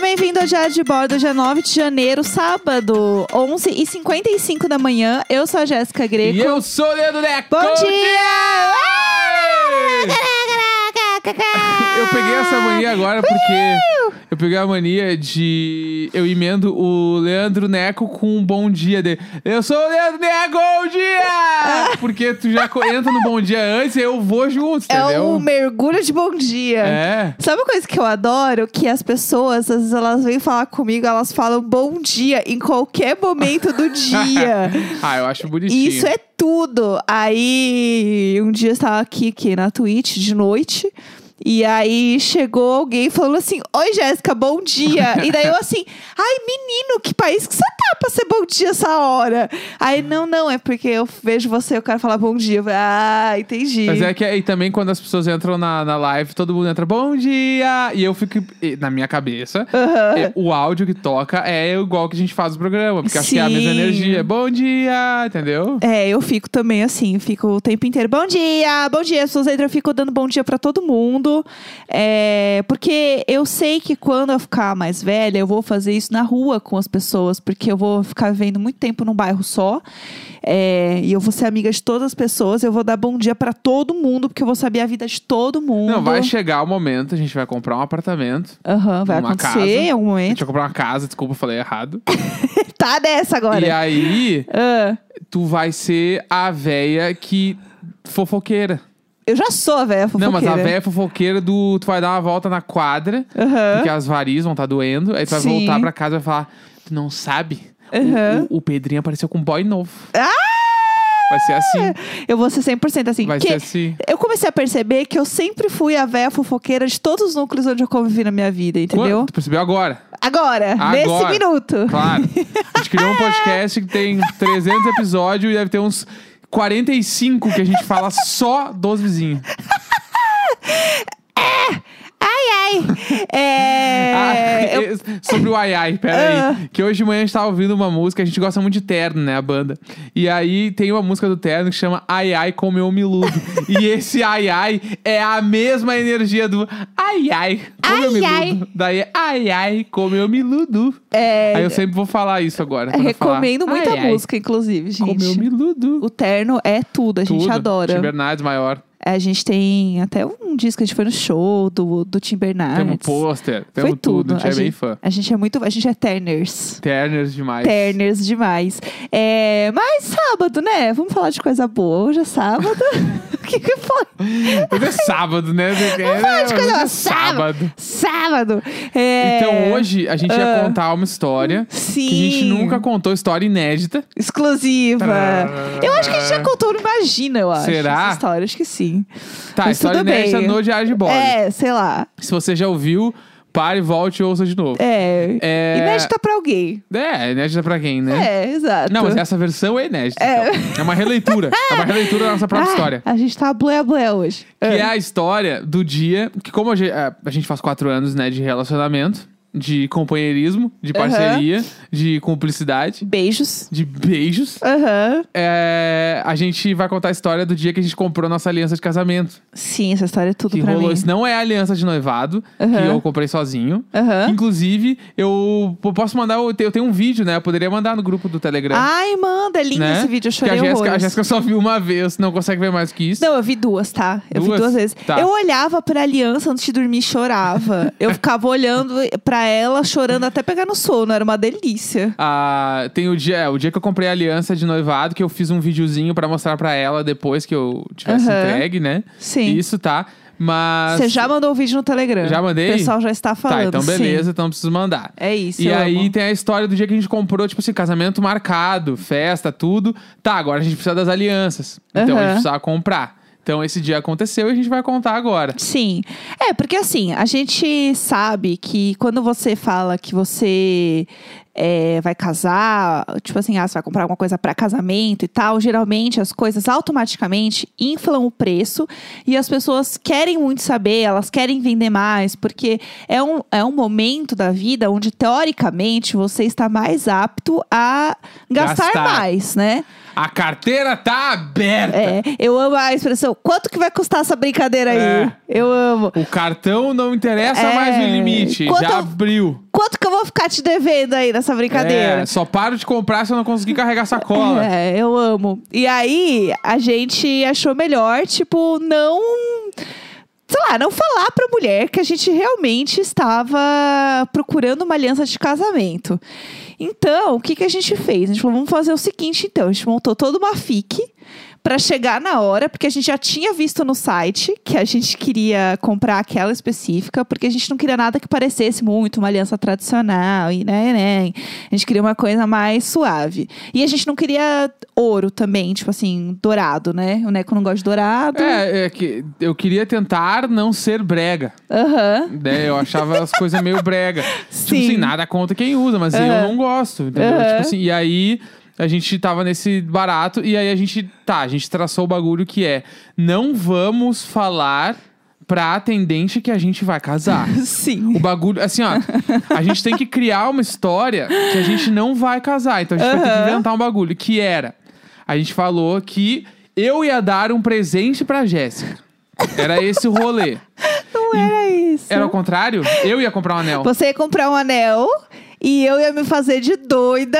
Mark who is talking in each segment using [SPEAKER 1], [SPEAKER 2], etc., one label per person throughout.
[SPEAKER 1] Bem-vindo ao Diário de Bordo, dia 9 de janeiro, sábado, 11h55 da manhã. Eu sou a Jéssica Greco.
[SPEAKER 2] E eu sou o Leandro Neco. Ah!
[SPEAKER 1] Bom dia!
[SPEAKER 2] Eu peguei essa mania agora porque eu peguei a mania de eu emendo o Leandro Neco com um bom dia dele. Eu sou o Leandro Neco, bom dia! Porque tu já co- entra no bom dia antes e eu vou junto,
[SPEAKER 1] É um
[SPEAKER 2] entendeu?
[SPEAKER 1] mergulho de bom dia.
[SPEAKER 2] É.
[SPEAKER 1] Sabe uma coisa que eu adoro? Que as pessoas, às vezes, elas vêm falar comigo, elas falam bom dia em qualquer momento do dia.
[SPEAKER 2] ah, eu acho bonitinho.
[SPEAKER 1] Isso é tudo. Aí, um dia eu estava aqui, aqui na Twitch de noite. E aí chegou alguém falando assim: Oi, Jéssica, bom dia. e daí eu assim, ai, menino, que país que você tá pra ser bom dia essa hora? Aí, não, não, é porque eu vejo você e eu quero falar bom dia. Eu falei, ah, entendi.
[SPEAKER 2] Mas é que e também quando as pessoas entram na, na live, todo mundo entra, bom dia! E eu fico, e, na minha cabeça, e- o áudio que toca é igual que a gente faz o programa, porque acho que é a mesma
[SPEAKER 1] Sim.
[SPEAKER 2] energia. Bom dia! Entendeu?
[SPEAKER 1] É, eu fico também assim, fico o tempo inteiro. Bom dia, bom dia. As pessoas entram, eu fico dando bom dia pra todo mundo. É, porque eu sei que quando eu ficar mais velha, eu vou fazer isso na rua com as pessoas, porque eu vou ficar vivendo muito tempo num bairro só. É, e eu vou ser amiga de todas as pessoas, eu vou dar bom dia pra todo mundo, porque eu vou saber a vida de todo mundo.
[SPEAKER 2] Não, vai chegar o momento, a gente vai comprar um apartamento.
[SPEAKER 1] Aham, vai
[SPEAKER 2] uma
[SPEAKER 1] acontecer
[SPEAKER 2] casa. Tipo,
[SPEAKER 1] em algum
[SPEAKER 2] A gente
[SPEAKER 1] momento.
[SPEAKER 2] vai comprar uma casa, desculpa, eu falei errado.
[SPEAKER 1] Tá dessa agora.
[SPEAKER 2] E aí,
[SPEAKER 1] Ah,
[SPEAKER 2] tu vai ser a véia que. fofoqueira.
[SPEAKER 1] eu já sou a velha fofoqueira.
[SPEAKER 2] Não, mas a véia fofoqueira do. Tu vai dar uma volta na quadra,
[SPEAKER 1] Aham.
[SPEAKER 2] porque as varizes vão estar doendo. Aí tu vai
[SPEAKER 1] Sim.
[SPEAKER 2] voltar pra casa e vai falar: Tu não sabe? O-
[SPEAKER 1] Aham. Ah!
[SPEAKER 2] O, o Pedrinho apareceu com um boy novo. Vai ser assim.
[SPEAKER 1] Eu vou ser 100% assim.
[SPEAKER 2] Vai
[SPEAKER 1] que
[SPEAKER 2] ser assim.
[SPEAKER 1] Eu comecei a perceber que eu sempre fui a véia fofoqueira de todos os núcleos onde eu convivi na minha vida, entendeu?
[SPEAKER 2] Quando- Tu percebeu agora?
[SPEAKER 1] Agora, nesse
[SPEAKER 2] Agora.
[SPEAKER 1] minuto.
[SPEAKER 2] Claro. A gente criou um podcast que tem 300 episódios e deve ter uns 45 que a gente fala só dos vizinhos.
[SPEAKER 1] Ai, ai. É.
[SPEAKER 2] Ah,
[SPEAKER 1] eu- Ah.
[SPEAKER 2] Sobre o Ai Ai, peraí. Que hoje de manhã a gente tava ouvindo uma música, a gente gosta muito de terno, né, a banda. E aí tem uma música do terno que chama Ai Ai Como Eu Me Iludo. e esse Ai Ai é a mesma energia do Ai Ai Como Eu Me
[SPEAKER 1] Ai, ai.
[SPEAKER 2] Iludo. Daí é Ai Ai Como Eu Me Iludo.
[SPEAKER 1] é,
[SPEAKER 2] Aí eu sempre vou falar isso agora. quando eu falar,
[SPEAKER 1] recomendo muito
[SPEAKER 2] "Ai,
[SPEAKER 1] a
[SPEAKER 2] ai,
[SPEAKER 1] música, inclusive,
[SPEAKER 2] Como eu
[SPEAKER 1] gente.
[SPEAKER 2] me iludo.
[SPEAKER 1] O terno é tudo, a gente
[SPEAKER 2] Tudo.
[SPEAKER 1] adora.
[SPEAKER 2] Tim Bernardes maior.
[SPEAKER 1] A gente tem até um disco que a gente foi no show do, do Tim Bernardes.
[SPEAKER 2] Temos pôster.
[SPEAKER 1] foi
[SPEAKER 2] Temos tudo. A gente
[SPEAKER 1] A,
[SPEAKER 2] é bem
[SPEAKER 1] gente,
[SPEAKER 2] fã.
[SPEAKER 1] a gente é muito. A gente é terners.
[SPEAKER 2] Terners demais.
[SPEAKER 1] Terners demais. É, mas sábado, né? Vamos falar de coisa boa. Hoje é sábado. O que, que foi?
[SPEAKER 2] Hoje é sábado, né? Vamos
[SPEAKER 1] falar de coisa boa. Sábado. Sábado. É,
[SPEAKER 2] Então hoje a gente ia
[SPEAKER 1] Ah.
[SPEAKER 2] contar uma história
[SPEAKER 1] Sim.
[SPEAKER 2] que a gente nunca contou, história inédita.
[SPEAKER 1] Exclusiva. Eu acho que a gente já contou no Imagina, eu acho.
[SPEAKER 2] Será?
[SPEAKER 1] Essa história, acho que sim.
[SPEAKER 2] Tá,
[SPEAKER 1] Mas
[SPEAKER 2] história
[SPEAKER 1] tudo bem.
[SPEAKER 2] inédita no Diário de Bordo.
[SPEAKER 1] É, sei lá.
[SPEAKER 2] Se você já ouviu, pare, volte e ouça de novo.
[SPEAKER 1] É.
[SPEAKER 2] É.
[SPEAKER 1] Inédita pra alguém.
[SPEAKER 2] É, inédita pra quem, né?
[SPEAKER 1] É, exato.
[SPEAKER 2] Não, mas essa versão é inédita.
[SPEAKER 1] É.
[SPEAKER 2] então. É uma releitura. é uma releitura da nossa própria
[SPEAKER 1] Ah,
[SPEAKER 2] história.
[SPEAKER 1] A gente tá blé blé hoje. Ah.
[SPEAKER 2] Que é a história do dia que, como a ge- a- a gente, faz quatro anos, né, de relacionamento, de companheirismo, de parceria, de cumplicidade,
[SPEAKER 1] Beijos.
[SPEAKER 2] de beijos,
[SPEAKER 1] Aham.
[SPEAKER 2] é, a gente vai contar a história do dia que a gente comprou nossa aliança de casamento.
[SPEAKER 1] Sim, essa história é tudo
[SPEAKER 2] Que
[SPEAKER 1] pra
[SPEAKER 2] rolou.
[SPEAKER 1] mim.
[SPEAKER 2] Isso não é a aliança de noivado, que
[SPEAKER 1] Aham.
[SPEAKER 2] eu comprei sozinho.
[SPEAKER 1] Aham.
[SPEAKER 2] Inclusive, eu eu posso mandar, eu tenho eu tenho um vídeo, né? Eu poderia mandar no grupo do Telegram.
[SPEAKER 1] Ai, manda, é lindo
[SPEAKER 2] né?
[SPEAKER 1] esse vídeo, eu chorei
[SPEAKER 2] que a Jéssica, a
[SPEAKER 1] horrores.
[SPEAKER 2] Jéssica só viu uma vez, não consegue ver mais que isso.
[SPEAKER 1] Não, eu vi duas, tá? Eu
[SPEAKER 2] Duas?
[SPEAKER 1] vi duas vezes.
[SPEAKER 2] Tá.
[SPEAKER 1] Eu olhava pra aliança antes de dormir e chorava. eu ficava olhando pra ela, chorando até pegar no sono. Era uma delícia.
[SPEAKER 2] Ah, tem o dia, é, o dia que eu comprei a aliança de noivado, que eu fiz um videozinho pra mostrar pra ela depois que eu tivesse
[SPEAKER 1] Aham.
[SPEAKER 2] entregue, né?
[SPEAKER 1] Sim.
[SPEAKER 2] Isso, tá? Mas.
[SPEAKER 1] Você já mandou o vídeo no Telegram.
[SPEAKER 2] Já mandei?
[SPEAKER 1] O pessoal já está falando.
[SPEAKER 2] Tá, então
[SPEAKER 1] sim.
[SPEAKER 2] beleza, então não preciso mandar.
[SPEAKER 1] É isso.
[SPEAKER 2] E
[SPEAKER 1] eu
[SPEAKER 2] aí
[SPEAKER 1] amo.
[SPEAKER 2] tem a história do dia que a gente comprou, tipo assim, casamento marcado, festa, tudo. Tá, agora a gente precisa das alianças. Então a
[SPEAKER 1] Aham.
[SPEAKER 2] gente precisava comprar. Então esse dia aconteceu e a gente vai contar agora.
[SPEAKER 1] Sim. É, porque assim, a gente sabe que quando você fala que você é, vai casar, tipo assim, ah, você vai comprar alguma coisa para casamento e tal, geralmente as coisas automaticamente inflam o preço e as pessoas querem muito saber, elas querem vender mais, porque é um, é um momento da vida onde, teoricamente, você está mais apto a
[SPEAKER 2] Gastar.
[SPEAKER 1] gastar. mais, né?
[SPEAKER 2] A carteira tá aberta!
[SPEAKER 1] É, eu amo a expressão. Quanto que vai custar essa brincadeira aí?
[SPEAKER 2] É.
[SPEAKER 1] Eu amo.
[SPEAKER 2] O cartão não interessa
[SPEAKER 1] É.
[SPEAKER 2] mais o limite,
[SPEAKER 1] Quanto
[SPEAKER 2] já
[SPEAKER 1] ao-
[SPEAKER 2] abriu.
[SPEAKER 1] Quanto que eu vou ficar te devendo aí nessa brincadeira?
[SPEAKER 2] É, só paro de comprar se eu não conseguir carregar sacola.
[SPEAKER 1] É, eu amo. E aí, a gente achou melhor, tipo, não. Sei lá, não falar pra mulher que a gente realmente estava procurando uma aliança de casamento. Então, o que, que a gente fez? A gente falou, vamos fazer o seguinte, então. A gente montou toda uma FIC pra chegar na hora, porque a gente já tinha visto no site que a gente queria comprar aquela específica, porque a gente não queria nada que parecesse muito uma aliança tradicional e né, né. A gente queria uma coisa mais suave. E a gente não queria ouro também, tipo assim, dourado, né? O Neco não gosta de dourado.
[SPEAKER 2] É, é que eu queria tentar não ser brega.
[SPEAKER 1] Aham.
[SPEAKER 2] Né? Eu achava as coisas meio brega.
[SPEAKER 1] Sim.
[SPEAKER 2] Tipo assim, nada contra quem usa, mas eu
[SPEAKER 1] Aham.
[SPEAKER 2] não gosto. Entendeu?
[SPEAKER 1] Aham.
[SPEAKER 2] Tipo assim, e aí a gente tava nesse barato e aí a gente. Tá, a gente traçou o bagulho que é: não vamos falar pra atendente que a gente vai casar.
[SPEAKER 1] Sim.
[SPEAKER 2] O bagulho, assim, ó, a gente tem que criar uma história que a gente não vai casar. Então a gente vai ter
[SPEAKER 1] Aham.
[SPEAKER 2] que inventar um bagulho, que era. A gente falou que eu ia dar um presente pra Jéssica. Era esse o rolê.
[SPEAKER 1] Não era isso.
[SPEAKER 2] Era um o contrário? Eu ia comprar um anel.
[SPEAKER 1] Você ia comprar um anel e eu ia me fazer de doida.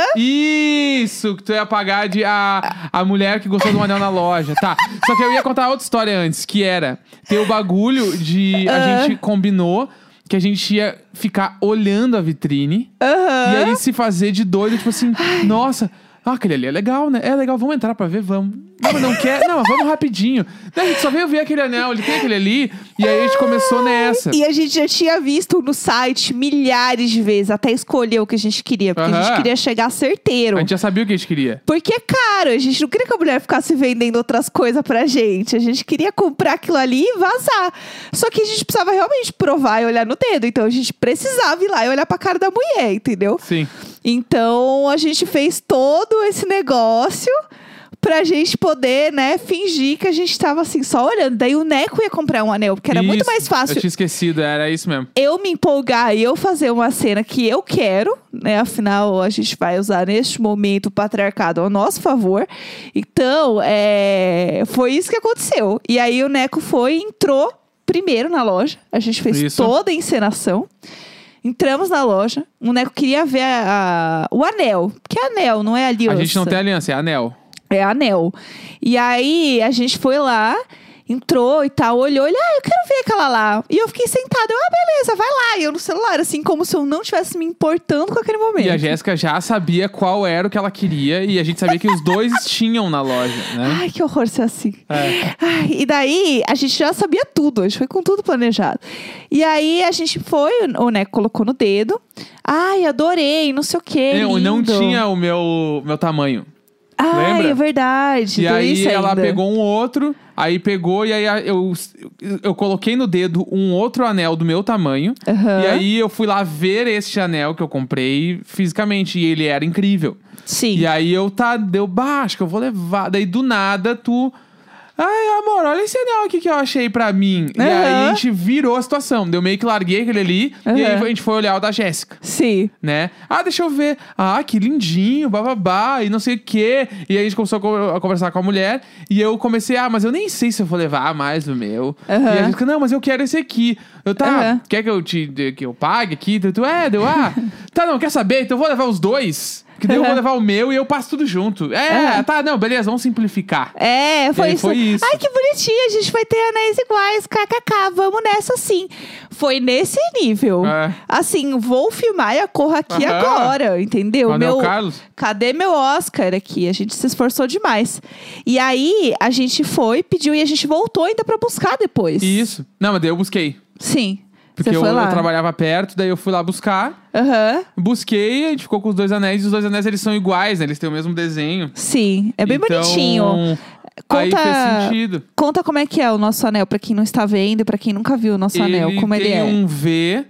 [SPEAKER 2] Isso, que tu ia pagar de a, a mulher que gostou do anel na loja. Tá. Só que eu ia contar outra história antes, que era ter o bagulho de. A gente combinou que a gente ia ficar olhando a vitrine
[SPEAKER 1] Aham.
[SPEAKER 2] e aí se fazer de doido, tipo assim, nossa. Ah, aquele ali é legal, né? É legal, vamos entrar pra ver, vamos. Não, mas não quer? Não, mas vamos rapidinho. Não, a gente só veio ver aquele anel, ele tem aquele ali. E aí a gente começou nessa.
[SPEAKER 1] E a gente já tinha visto no site milhares de vezes, até escolher o que a gente queria, porque a
[SPEAKER 2] Aham.
[SPEAKER 1] gente queria chegar certeiro.
[SPEAKER 2] A gente já sabia o que a gente queria.
[SPEAKER 1] Porque é caro, a gente não queria que a mulher ficasse vendendo outras coisas pra gente. A gente queria comprar aquilo ali e vazar. Só que a gente precisava realmente provar e olhar no dedo. Então a gente precisava ir lá e olhar pra cara da mulher, entendeu?
[SPEAKER 2] Sim.
[SPEAKER 1] Então a gente fez todo esse negócio pra gente poder, né, fingir que a gente tava assim, só olhando. Daí o Neco ia comprar um anel, porque era muito
[SPEAKER 2] Isso,
[SPEAKER 1] mais fácil
[SPEAKER 2] Eu tinha esquecido, era isso mesmo.
[SPEAKER 1] eu me empolgar e eu fazer uma cena que eu quero, né? Afinal, a gente vai usar neste momento o patriarcado ao nosso favor. Então, é, foi isso que aconteceu. E aí o Neco foi e entrou primeiro na loja. A gente fez
[SPEAKER 2] Isso.
[SPEAKER 1] toda a encenação. Entramos na loja. O Neco queria ver a- a- o anel. Que é anel, não é aliança.
[SPEAKER 2] A gente não tem aliança, é anel.
[SPEAKER 1] É anel. E aí a gente foi lá, entrou e tal, olhou, ele, ah, eu quero ver aquela lá. E eu fiquei sentada, eu, ah, beleza, vai lá. E eu no celular, assim, como se eu não estivesse me importando com aquele momento.
[SPEAKER 2] E a Jéssica já sabia qual era o que ela queria e a gente sabia que os dois tinham na loja, né?
[SPEAKER 1] Ai, que horror ser assim.
[SPEAKER 2] É.
[SPEAKER 1] Ai, e daí a gente já sabia tudo, a gente foi com tudo planejado. E aí a gente foi, o Neco colocou no dedo. Ai, adorei, não sei o quê.
[SPEAKER 2] É, Eu não
[SPEAKER 1] lindo.
[SPEAKER 2] tinha o meu, meu tamanho.
[SPEAKER 1] Ai,
[SPEAKER 2] lembra?
[SPEAKER 1] é verdade.
[SPEAKER 2] E
[SPEAKER 1] deu
[SPEAKER 2] aí
[SPEAKER 1] isso
[SPEAKER 2] ela
[SPEAKER 1] ainda.
[SPEAKER 2] pegou um outro, aí pegou e aí a- eu, eu coloquei no dedo um outro anel do meu tamanho.
[SPEAKER 1] Aham.
[SPEAKER 2] E aí eu fui lá ver este anel que eu comprei fisicamente e ele era incrível.
[SPEAKER 1] Sim.
[SPEAKER 2] E aí eu tá, deu, bah, acho que eu vou levar. Daí do nada tu. Ai, amor, olha esse anel aqui que eu achei pra mim. E aí a
[SPEAKER 1] Aham.
[SPEAKER 2] gente virou a situação. Deu meio que larguei aquele ali. E aí
[SPEAKER 1] Aham.
[SPEAKER 2] a gente foi olhar o da Jéssica,
[SPEAKER 1] Sim.
[SPEAKER 2] né? Ah, deixa eu ver. Ah, que lindinho, bababá, e não sei o quê. E aí a gente começou a co- a conversar com a mulher. E eu comecei, ah, mas eu nem sei se eu vou levar mais o meu.
[SPEAKER 1] Aham.
[SPEAKER 2] E a Jéssica, não, mas eu quero esse aqui. Eu, tá,
[SPEAKER 1] Aham.
[SPEAKER 2] quer que eu te que eu pague aqui? Tu é, deu, ah. tá, não, quer saber? Então eu vou levar os dois. Que daí eu vou
[SPEAKER 1] Aham.
[SPEAKER 2] levar o meu e eu passo tudo junto. É,
[SPEAKER 1] Aham.
[SPEAKER 2] tá, não, beleza, vamos simplificar.
[SPEAKER 1] É, foi
[SPEAKER 2] aí
[SPEAKER 1] isso.
[SPEAKER 2] foi isso.
[SPEAKER 1] Ai, que bonitinho, a gente vai ter anéis iguais, kkk, vamos nessa sim. Foi nesse nível.
[SPEAKER 2] É.
[SPEAKER 1] Assim, vou filmar e corro aqui
[SPEAKER 2] Aham.
[SPEAKER 1] agora, entendeu?
[SPEAKER 2] Manuel Carlos.
[SPEAKER 1] Cadê meu Oscar aqui? A gente se esforçou demais. E aí, a gente foi, pediu e a gente voltou ainda pra buscar depois.
[SPEAKER 2] Isso. Não, mas daí eu busquei.
[SPEAKER 1] Sim.
[SPEAKER 2] Porque
[SPEAKER 1] Você
[SPEAKER 2] eu,
[SPEAKER 1] foi lá.
[SPEAKER 2] eu trabalhava perto, daí eu fui lá buscar.
[SPEAKER 1] Aham.
[SPEAKER 2] Busquei, a gente ficou com os dois anéis. E os dois anéis, eles são iguais, né? Eles têm o mesmo desenho.
[SPEAKER 1] Sim, é bem
[SPEAKER 2] Então,
[SPEAKER 1] bonitinho.
[SPEAKER 2] Aí fez
[SPEAKER 1] Conta,
[SPEAKER 2] sentido.
[SPEAKER 1] conta como é que é o nosso anel, pra quem não está vendo, e pra quem nunca viu o nosso anel, como
[SPEAKER 2] tem
[SPEAKER 1] ele é.
[SPEAKER 2] um V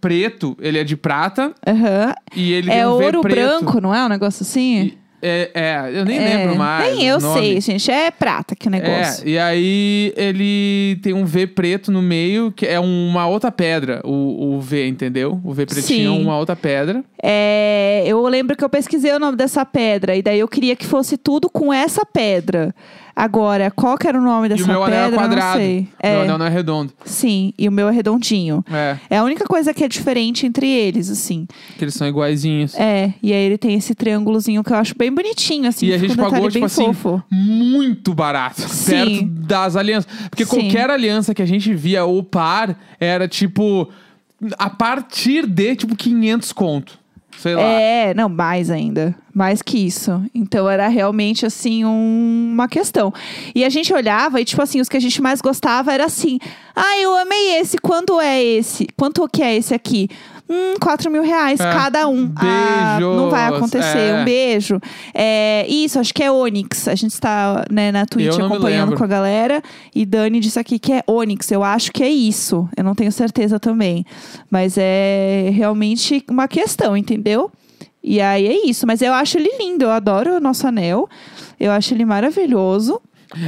[SPEAKER 2] preto, ele é de prata.
[SPEAKER 1] Aham.
[SPEAKER 2] E ele tem
[SPEAKER 1] É
[SPEAKER 2] um V
[SPEAKER 1] ouro
[SPEAKER 2] preto.
[SPEAKER 1] branco, não é um negócio assim?
[SPEAKER 2] E- É, é, eu nem
[SPEAKER 1] É.
[SPEAKER 2] lembro mais.
[SPEAKER 1] Nem eu
[SPEAKER 2] o nome.
[SPEAKER 1] sei, gente. É prata que o negócio.
[SPEAKER 2] É, e aí ele tem um V preto no meio, que é uma outra pedra, o, o V, entendeu? O V pretinho é
[SPEAKER 1] Sim.
[SPEAKER 2] uma outra pedra.
[SPEAKER 1] É, eu lembro que eu pesquisei o nome dessa pedra e daí eu queria que fosse tudo com essa pedra. Agora, qual que era o nome
[SPEAKER 2] E
[SPEAKER 1] dessa
[SPEAKER 2] o meu anel
[SPEAKER 1] pedra?
[SPEAKER 2] é quadrado.
[SPEAKER 1] Não sei.
[SPEAKER 2] O meu
[SPEAKER 1] É,
[SPEAKER 2] anel não é redondo.
[SPEAKER 1] sim, e o meu é redondinho.
[SPEAKER 2] É,
[SPEAKER 1] É a única coisa que é diferente entre eles, assim.
[SPEAKER 2] que eles são iguaizinhos.
[SPEAKER 1] É, e aí ele tem esse triângulozinho que eu acho bem bonitinho, assim.
[SPEAKER 2] E a
[SPEAKER 1] fica
[SPEAKER 2] gente
[SPEAKER 1] um detalhe
[SPEAKER 2] pagou,
[SPEAKER 1] bem
[SPEAKER 2] tipo assim,
[SPEAKER 1] fofo.
[SPEAKER 2] muito barato.
[SPEAKER 1] Sim.
[SPEAKER 2] Perto das alianças. Porque
[SPEAKER 1] Sim.
[SPEAKER 2] qualquer aliança que a gente via ou par era tipo. A partir de, tipo, 500 conto. Sei lá.
[SPEAKER 1] É, não, mais ainda. Mais que isso. Então era realmente, assim, um- uma questão. E a gente olhava e, tipo assim, os que a gente mais gostava era assim. Ah, eu amei esse. Quanto é esse? Quanto que é esse aqui? Hum, 4 mil reais
[SPEAKER 2] É.
[SPEAKER 1] cada um. Ah, não vai
[SPEAKER 2] Beijos.
[SPEAKER 1] acontecer.
[SPEAKER 2] É.
[SPEAKER 1] Um beijo. É, isso, acho que é Onyx. A gente está né, na Twitch
[SPEAKER 2] Eu não me
[SPEAKER 1] acompanhando
[SPEAKER 2] lembro.
[SPEAKER 1] com a galera. E Dani disse aqui que é Onyx. Eu acho que é isso. Eu não tenho certeza também. Mas é realmente uma questão, entendeu? E aí é isso. Mas eu acho ele lindo. Eu adoro o nosso anel. Eu acho ele maravilhoso.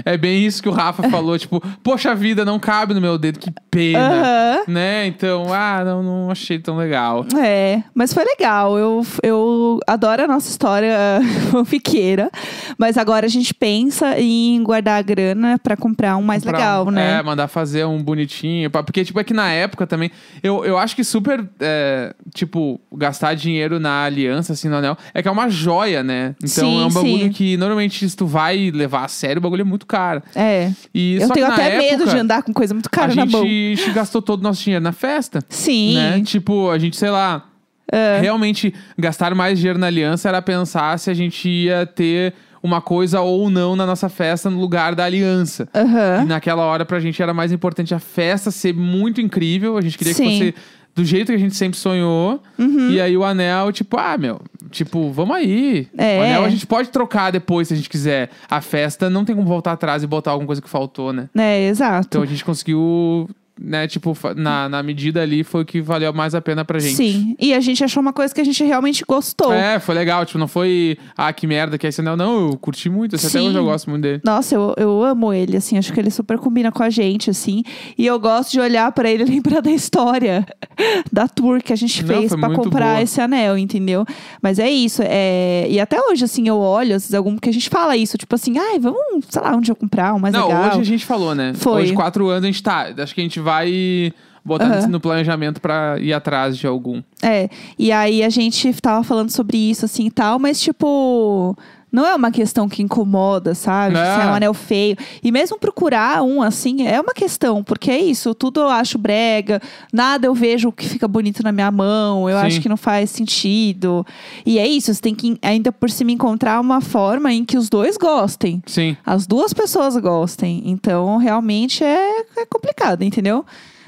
[SPEAKER 2] É bem isso que o Rafa falou, tipo, poxa vida, não cabe no meu dedo, que pena.
[SPEAKER 1] Aham.
[SPEAKER 2] Né? Então, ah, não, não achei tão legal.
[SPEAKER 1] É, mas foi legal. Eu, eu adoro a nossa história fanfiqueira. Mas agora a gente pensa em guardar a grana pra comprar um mais
[SPEAKER 2] Pra-
[SPEAKER 1] legal, né?
[SPEAKER 2] É, mandar fazer um bonitinho. pra- Porque, tipo, é que na época também. Eu, eu acho que super. é, tipo, gastar dinheiro na aliança, assim, no anel. É que é uma joia, né? Então
[SPEAKER 1] Sim,
[SPEAKER 2] é um bagulho
[SPEAKER 1] sim.
[SPEAKER 2] que normalmente, se tu vai levar a sério, o bagulho é muito caro.
[SPEAKER 1] É.
[SPEAKER 2] E
[SPEAKER 1] eu
[SPEAKER 2] só que
[SPEAKER 1] tenho
[SPEAKER 2] na
[SPEAKER 1] até medo
[SPEAKER 2] época,
[SPEAKER 1] de andar com coisa muito
[SPEAKER 2] A
[SPEAKER 1] cara na mão.
[SPEAKER 2] gente gastou todo o nosso dinheiro na festa.
[SPEAKER 1] Sim. É.
[SPEAKER 2] né? Tipo, a gente, sei lá. Realmente, gastar mais dinheiro na aliança era pensar se a gente ia ter uma coisa ou não na nossa festa no lugar da aliança.
[SPEAKER 1] Aham.
[SPEAKER 2] E naquela hora, pra gente, era mais importante a festa ser muito incrível. A gente queria que
[SPEAKER 1] Sim. Uhum.
[SPEAKER 2] fosse do jeito que a gente sempre sonhou. E aí o anel, tipo, ah, meu, tipo, vamos aí.
[SPEAKER 1] É.
[SPEAKER 2] O anel a gente pode trocar depois se a gente quiser. A festa não tem como voltar atrás e botar alguma coisa que faltou, né?
[SPEAKER 1] É, exato.
[SPEAKER 2] Então a gente conseguiu, né, tipo, fa- na, na medida ali foi o que valeu mais a pena pra gente.
[SPEAKER 1] Sim. E a gente achou uma coisa que a gente realmente gostou.
[SPEAKER 2] É, foi legal, tipo, não foi, ah, que merda que é esse anel. Não, eu curti muito, esse até
[SPEAKER 1] Sim.
[SPEAKER 2] hoje eu gosto muito dele.
[SPEAKER 1] Nossa, eu, eu amo ele, assim, acho que ele super combina com a gente, assim. E eu gosto de olhar pra ele e lembrar da história da tour que a gente
[SPEAKER 2] Não,
[SPEAKER 1] fez
[SPEAKER 2] foi
[SPEAKER 1] pra
[SPEAKER 2] muito
[SPEAKER 1] comprar
[SPEAKER 2] boa.
[SPEAKER 1] esse anel, entendeu? Mas é isso. É... E até hoje, assim, eu olho, às vezes, algum que a gente fala isso, tipo assim, ai, vamos, sei lá, onde eu comprar, um mais
[SPEAKER 2] não,
[SPEAKER 1] legal.
[SPEAKER 2] hoje a gente falou, né?
[SPEAKER 1] Foi.
[SPEAKER 2] Hoje, quatro anos, a gente tá. Acho que a gente vai botar
[SPEAKER 1] Aham.
[SPEAKER 2] nesse- no planejamento pra ir atrás de algum.
[SPEAKER 1] É, e aí a gente tava falando sobre isso, assim, e tal, mas, tipo... Não é uma questão que incomoda, sabe?
[SPEAKER 2] Não.
[SPEAKER 1] Se é um anel feio. E mesmo procurar um, assim, é uma questão. Porque é isso, tudo eu acho brega. Nada eu vejo que fica bonito na minha mão. Eu
[SPEAKER 2] Sim.
[SPEAKER 1] acho que não faz sentido. E é isso, você tem que, ainda por cima, encontrar uma forma em que os dois gostem.
[SPEAKER 2] Sim.
[SPEAKER 1] As duas pessoas gostem. Então, realmente é, é complicado, entendeu?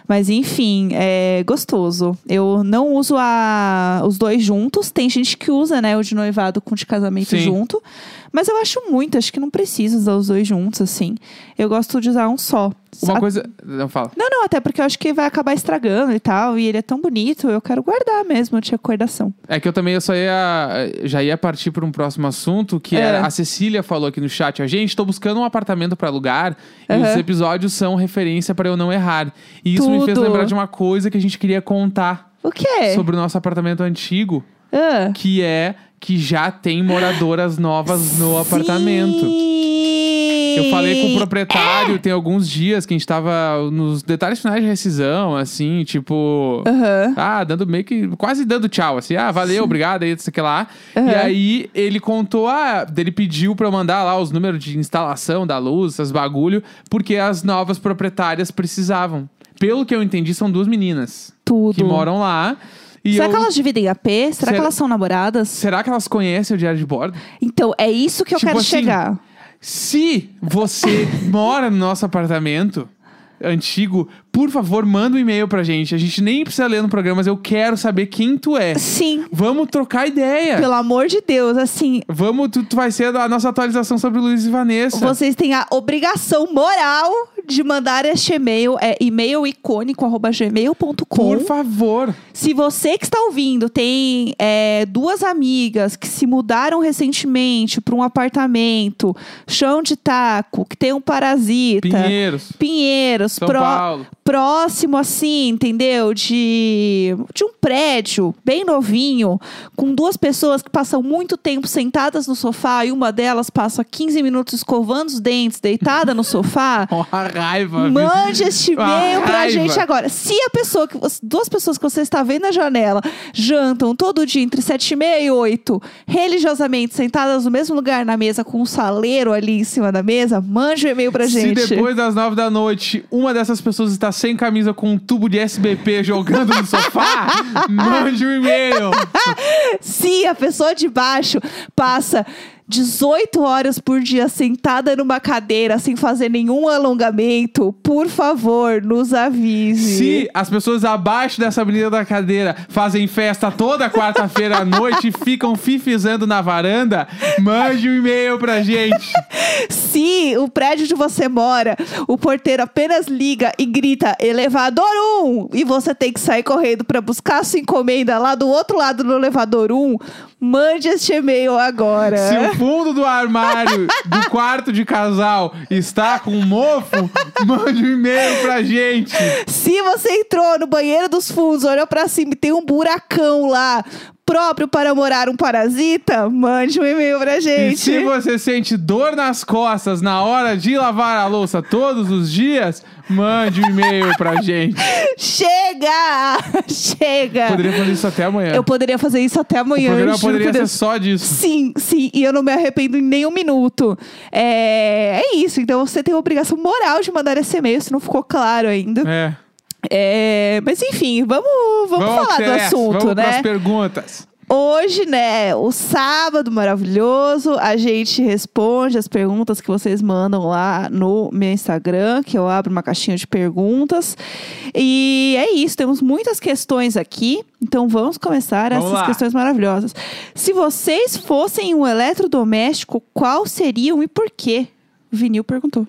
[SPEAKER 1] Mas enfim, é gostoso. Eu não uso a, os dois juntos. Tem gente que usa, né? O de noivado com o de casamento
[SPEAKER 2] Sim.
[SPEAKER 1] junto. Mas eu acho muito, acho que não precisa usar os dois juntos, assim. Eu gosto de usar um só.
[SPEAKER 2] Uma
[SPEAKER 1] A-
[SPEAKER 2] coisa. Não fala.
[SPEAKER 1] Não, não, até porque eu acho que vai acabar estragando e tal. E ele é tão bonito, eu quero guardar mesmo de recordação.
[SPEAKER 2] É que eu também eu só ia. Já ia partir para um próximo assunto, que
[SPEAKER 1] É.
[SPEAKER 2] era. A Cecília falou aqui no chat, ó, gente, tô buscando um apartamento para alugar e os
[SPEAKER 1] Aham.
[SPEAKER 2] episódios são referência para eu não errar. E isso me fez
[SPEAKER 1] Tudo. É.
[SPEAKER 2] lembrar de uma coisa que a gente queria contar
[SPEAKER 1] O quê?
[SPEAKER 2] sobre o nosso apartamento antigo,
[SPEAKER 1] Ah.
[SPEAKER 2] que é que já tem moradoras novas no apartamento. Eu falei com o
[SPEAKER 1] É!
[SPEAKER 2] proprietário tem alguns dias que a gente tava nos detalhes finais de rescisão, assim, tipo.
[SPEAKER 1] Aham.
[SPEAKER 2] Ah, dando meio que. Quase dando tchau, assim. Ah, valeu, obrigado, aí, sei que lá. E aí ele contou, ah, ele pediu pra eu mandar lá os números de instalação da luz, essas bagulho, porque as novas proprietárias precisavam. Pelo que eu entendi, são duas meninas
[SPEAKER 1] Tudo.
[SPEAKER 2] que moram lá. E
[SPEAKER 1] Será
[SPEAKER 2] eu-
[SPEAKER 1] que elas dividem AP? Será,
[SPEAKER 2] Será-
[SPEAKER 1] que elas são namoradas?
[SPEAKER 2] Será que elas conhecem o diário de bordo?
[SPEAKER 1] Então, é isso que eu
[SPEAKER 2] Tipo
[SPEAKER 1] quero
[SPEAKER 2] assim,
[SPEAKER 1] chegar.
[SPEAKER 2] Se você mora no nosso apartamento antigo, por favor, manda um e-mail pra gente. A gente nem precisa ler no programa, mas eu quero saber quem tu é.
[SPEAKER 1] Sim,
[SPEAKER 2] Vamos trocar ideia.
[SPEAKER 1] pelo amor de Deus, assim,
[SPEAKER 2] Vamos, tu, tu vai ser a nossa atualização sobre o Luiz e Vanessa.
[SPEAKER 1] vocês têm a obrigação moral de mandar este e-mail. É e-mailicônico.gmail.com.
[SPEAKER 2] Por favor.
[SPEAKER 1] Se você que está ouvindo tem é, duas amigas que se mudaram recentemente para um apartamento, chão de taco, que tem um parasita,
[SPEAKER 2] Pinheiros.
[SPEAKER 1] Pinheiros,
[SPEAKER 2] São
[SPEAKER 1] pró-
[SPEAKER 2] Paulo.
[SPEAKER 1] próximo, assim, entendeu? De, de um prédio bem novinho, com duas pessoas que passam muito tempo sentadas no sofá e uma delas passa 15 minutos escovando os dentes, deitada no sofá.
[SPEAKER 2] Uma raiva. viu?
[SPEAKER 1] Mande este
[SPEAKER 2] Uma
[SPEAKER 1] e-mail pra
[SPEAKER 2] raiva.
[SPEAKER 1] gente agora. Se a pessoa que você- duas pessoas que você está vendo na janela jantam todo dia entre sete e meia e oito, religiosamente sentadas no mesmo lugar na mesa com um saleiro ali em cima da mesa, mande o e-mail pra gente.
[SPEAKER 2] Se depois das nove da noite uma dessas pessoas está sem camisa com um tubo de SBP jogando no sofá, mande um e-mail.
[SPEAKER 1] Se a pessoa de baixo passa 18 horas por dia sentada numa cadeira sem fazer nenhum alongamento, por favor, nos avise.
[SPEAKER 2] Se as pessoas abaixo dessa avenida da cadeira fazem festa toda quarta-feira à noite e ficam fifizando na varanda, mande um e-mail pra gente.
[SPEAKER 1] Se o prédio onde você mora, o porteiro apenas liga e grita elevador 1 e você tem que sair correndo para buscar a sua encomenda lá do outro lado do elevador 1, mande este e-mail agora.
[SPEAKER 2] Se o fundo do armário do quarto de casal está com mofo, mande um e-mail pra gente.
[SPEAKER 1] Se você entrou no banheiro dos fundos, olhou pra cima e tem um buracão lá, próprio para morar um parasita, mande um e-mail pra
[SPEAKER 2] E se
[SPEAKER 1] gente.
[SPEAKER 2] você sente dor nas costas na hora de lavar a louça todos os dias, mande um e-mail pra gente.
[SPEAKER 1] Chega! Chega!
[SPEAKER 2] Poderia fazer isso até amanhã.
[SPEAKER 1] É. Eu poderia fazer isso até
[SPEAKER 2] o
[SPEAKER 1] amanhã.
[SPEAKER 2] programa
[SPEAKER 1] juro por
[SPEAKER 2] poderia ser
[SPEAKER 1] Deus.
[SPEAKER 2] só disso.
[SPEAKER 1] Sim, sim, e eu não me arrependo em nenhum minuto. É, é isso, então você tem a obrigação moral de mandar esse e-mail, se não ficou claro ainda.
[SPEAKER 2] É.
[SPEAKER 1] É, mas enfim, vamos, vamos,
[SPEAKER 2] ao
[SPEAKER 1] falar
[SPEAKER 2] que
[SPEAKER 1] do
[SPEAKER 2] interessa,
[SPEAKER 1] assunto,
[SPEAKER 2] é, vamos
[SPEAKER 1] né?
[SPEAKER 2] pras perguntas.
[SPEAKER 1] Hoje, né, o sábado maravilhoso, a gente responde as perguntas que vocês mandam lá no meu Instagram, que eu abro uma caixinha de perguntas. E é isso, temos muitas questões aqui, então vamos começar
[SPEAKER 2] Vamos
[SPEAKER 1] essas
[SPEAKER 2] lá.
[SPEAKER 1] questões maravilhosas. Se vocês fossem um eletrodoméstico, qual seriam e por quê? O Vinil perguntou.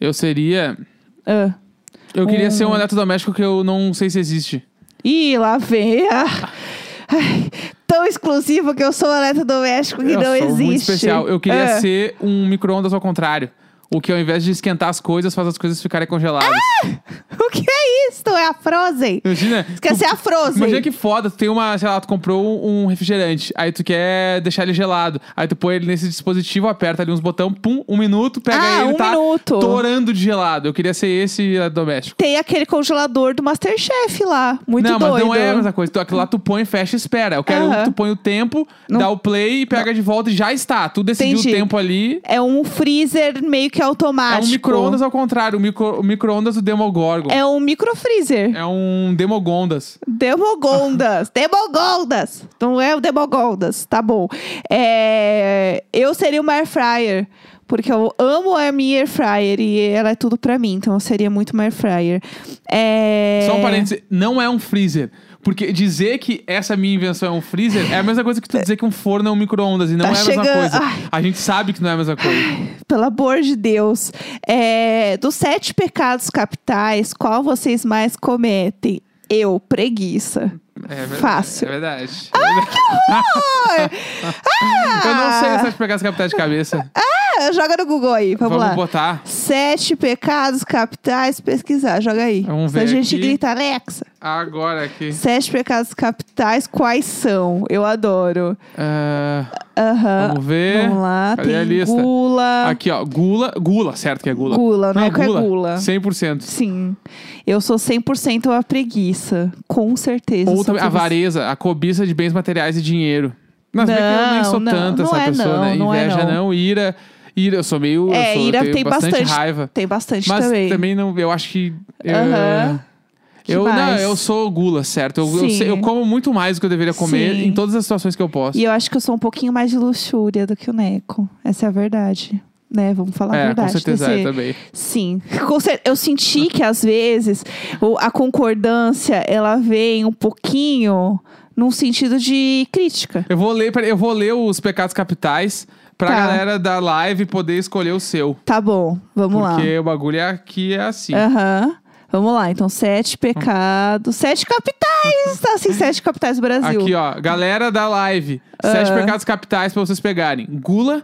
[SPEAKER 2] Eu seria...
[SPEAKER 1] Ah.
[SPEAKER 2] Eu queria
[SPEAKER 1] Um-
[SPEAKER 2] ser um eletrodoméstico que eu não sei se existe.
[SPEAKER 1] Ih, lá vem a... Ai, tão exclusivo que eu sou um eletrodoméstico que
[SPEAKER 2] eu
[SPEAKER 1] não
[SPEAKER 2] sou
[SPEAKER 1] existe.
[SPEAKER 2] muito especial. Eu queria
[SPEAKER 1] Ah.
[SPEAKER 2] ser um micro-ondas ao contrário. O que ao invés de esquentar as coisas, faz as coisas ficarem congeladas.
[SPEAKER 1] Ah! O que é isso? É a Frozen?
[SPEAKER 2] Imagina... tu-
[SPEAKER 1] Esqueci a Frozen.
[SPEAKER 2] Imagina é que foda, tu tem uma, sei lá, tu comprou um refrigerante, aí tu quer deixar ele gelado. Aí tu põe ele nesse dispositivo, aperta ali uns botão, pum, um minuto, pega
[SPEAKER 1] Ah,
[SPEAKER 2] ele,
[SPEAKER 1] um
[SPEAKER 2] tá
[SPEAKER 1] minuto.
[SPEAKER 2] torando de gelado. Eu queria ser esse eh, doméstico.
[SPEAKER 1] Tem aquele congelador do Masterchef lá. Muito
[SPEAKER 2] não, mas
[SPEAKER 1] doido.
[SPEAKER 2] não é a mesma coisa. Tu, aquilo lá tu põe, fecha e espera. Eu quero
[SPEAKER 1] Aham.
[SPEAKER 2] que tu põe o tempo,
[SPEAKER 1] Não-
[SPEAKER 2] dá o play e pega de volta e já está. Tu decidiu
[SPEAKER 1] Entendi.
[SPEAKER 2] o tempo ali.
[SPEAKER 1] É um freezer meio que
[SPEAKER 2] É
[SPEAKER 1] automático.
[SPEAKER 2] um micro-ondas ao contrário, o micro- o micro-ondas do Demogorgon.
[SPEAKER 1] É um microfreezer.
[SPEAKER 2] É um Demogondas.
[SPEAKER 1] Demogondas. Demogondas. Não é o Demogondas. Tá bom. É, Eu seria uma air fryer. Porque eu amo a minha air fryer e ela é tudo pra mim. Então eu seria muito uma air fryer. É...
[SPEAKER 2] Só um parêntese, não é um freezer. Porque dizer que essa minha invenção é um freezer é a mesma coisa que tu dizer que um forno é um micro-ondas e não
[SPEAKER 1] Tá
[SPEAKER 2] é a mesma
[SPEAKER 1] chegando.
[SPEAKER 2] coisa.
[SPEAKER 1] Ai.
[SPEAKER 2] A gente sabe que não é a mesma coisa.
[SPEAKER 1] Pelo amor de Deus. É, dos sete pecados capitais, qual vocês mais cometem? Eu, preguiça.
[SPEAKER 2] É verdade.
[SPEAKER 1] Fácil. Ah,
[SPEAKER 2] É verdade. É verdade. Eu não sei se eu te pegar as capitais de cabeça.
[SPEAKER 1] Ah, joga no Google aí, vamos, lá.
[SPEAKER 2] botar.
[SPEAKER 1] Sete pecados capitais, pesquisar, joga aí.
[SPEAKER 2] Vamos
[SPEAKER 1] Se a
[SPEAKER 2] ver
[SPEAKER 1] gente
[SPEAKER 2] aqui.
[SPEAKER 1] grita, Alexa,
[SPEAKER 2] Agora aqui.
[SPEAKER 1] sete pecados capitais, quais são? Eu adoro.
[SPEAKER 2] Ah,
[SPEAKER 1] Aham.
[SPEAKER 2] vamos ver.
[SPEAKER 1] Vamos lá,
[SPEAKER 2] Cadê
[SPEAKER 1] tem
[SPEAKER 2] a lista?
[SPEAKER 1] gula.
[SPEAKER 2] Aqui, ó. Gula. Gula, certo que é gula.
[SPEAKER 1] Gula, não é que é
[SPEAKER 2] gula.
[SPEAKER 1] gula.
[SPEAKER 2] 100%.
[SPEAKER 1] Sim. Eu sou 100% a preguiça, com certeza. eu
[SPEAKER 2] Ou
[SPEAKER 1] sou
[SPEAKER 2] também a
[SPEAKER 1] preguiça-
[SPEAKER 2] vareza, a cobiça de bens materiais e dinheiro. Mas bem que eu nem
[SPEAKER 1] Não,
[SPEAKER 2] sou
[SPEAKER 1] não,
[SPEAKER 2] tanta
[SPEAKER 1] não
[SPEAKER 2] essa
[SPEAKER 1] é
[SPEAKER 2] pessoa,
[SPEAKER 1] não,
[SPEAKER 2] né?
[SPEAKER 1] não é
[SPEAKER 2] Inveja
[SPEAKER 1] não.
[SPEAKER 2] ira. Ira, eu sou meio. eu
[SPEAKER 1] É,
[SPEAKER 2] sou- eu
[SPEAKER 1] ira
[SPEAKER 2] tenho
[SPEAKER 1] tem
[SPEAKER 2] bastante,
[SPEAKER 1] bastante-
[SPEAKER 2] raiva.
[SPEAKER 1] Tem bastante
[SPEAKER 2] Mas
[SPEAKER 1] também.
[SPEAKER 2] não, eu acho que. eu- é.
[SPEAKER 1] Aham. Que
[SPEAKER 2] Eu, não,
[SPEAKER 1] mais?
[SPEAKER 2] eu sou gula, certo? Eu, eu,
[SPEAKER 1] Sim.
[SPEAKER 2] sei- eu como muito mais do que eu deveria comer
[SPEAKER 1] Sim.
[SPEAKER 2] em todas as situações que eu posso.
[SPEAKER 1] E eu acho que eu sou um pouquinho mais de luxúria do que o Neco. Essa é a verdade. Né? Vamos falar a
[SPEAKER 2] é, com
[SPEAKER 1] verdade.
[SPEAKER 2] certeza
[SPEAKER 1] desse-
[SPEAKER 2] é também.
[SPEAKER 1] Sim. Com cer- Eu senti que às vezes o- a concordância ela vem um pouquinho num sentido de crítica.
[SPEAKER 2] Eu vou ler, peraí, eu vou ler os pecados capitais pra
[SPEAKER 1] Tá.
[SPEAKER 2] galera da live poder escolher o seu.
[SPEAKER 1] Tá bom, vamos
[SPEAKER 2] Porque o bagulho é aqui é assim.
[SPEAKER 1] lá. Aham. Vamos lá, então, sete pecados. Sete capitais! tá assim, sete capitais do Brasil.
[SPEAKER 2] Aqui, ó. Galera da live. Sete pecados capitais pra vocês pegarem. Gula,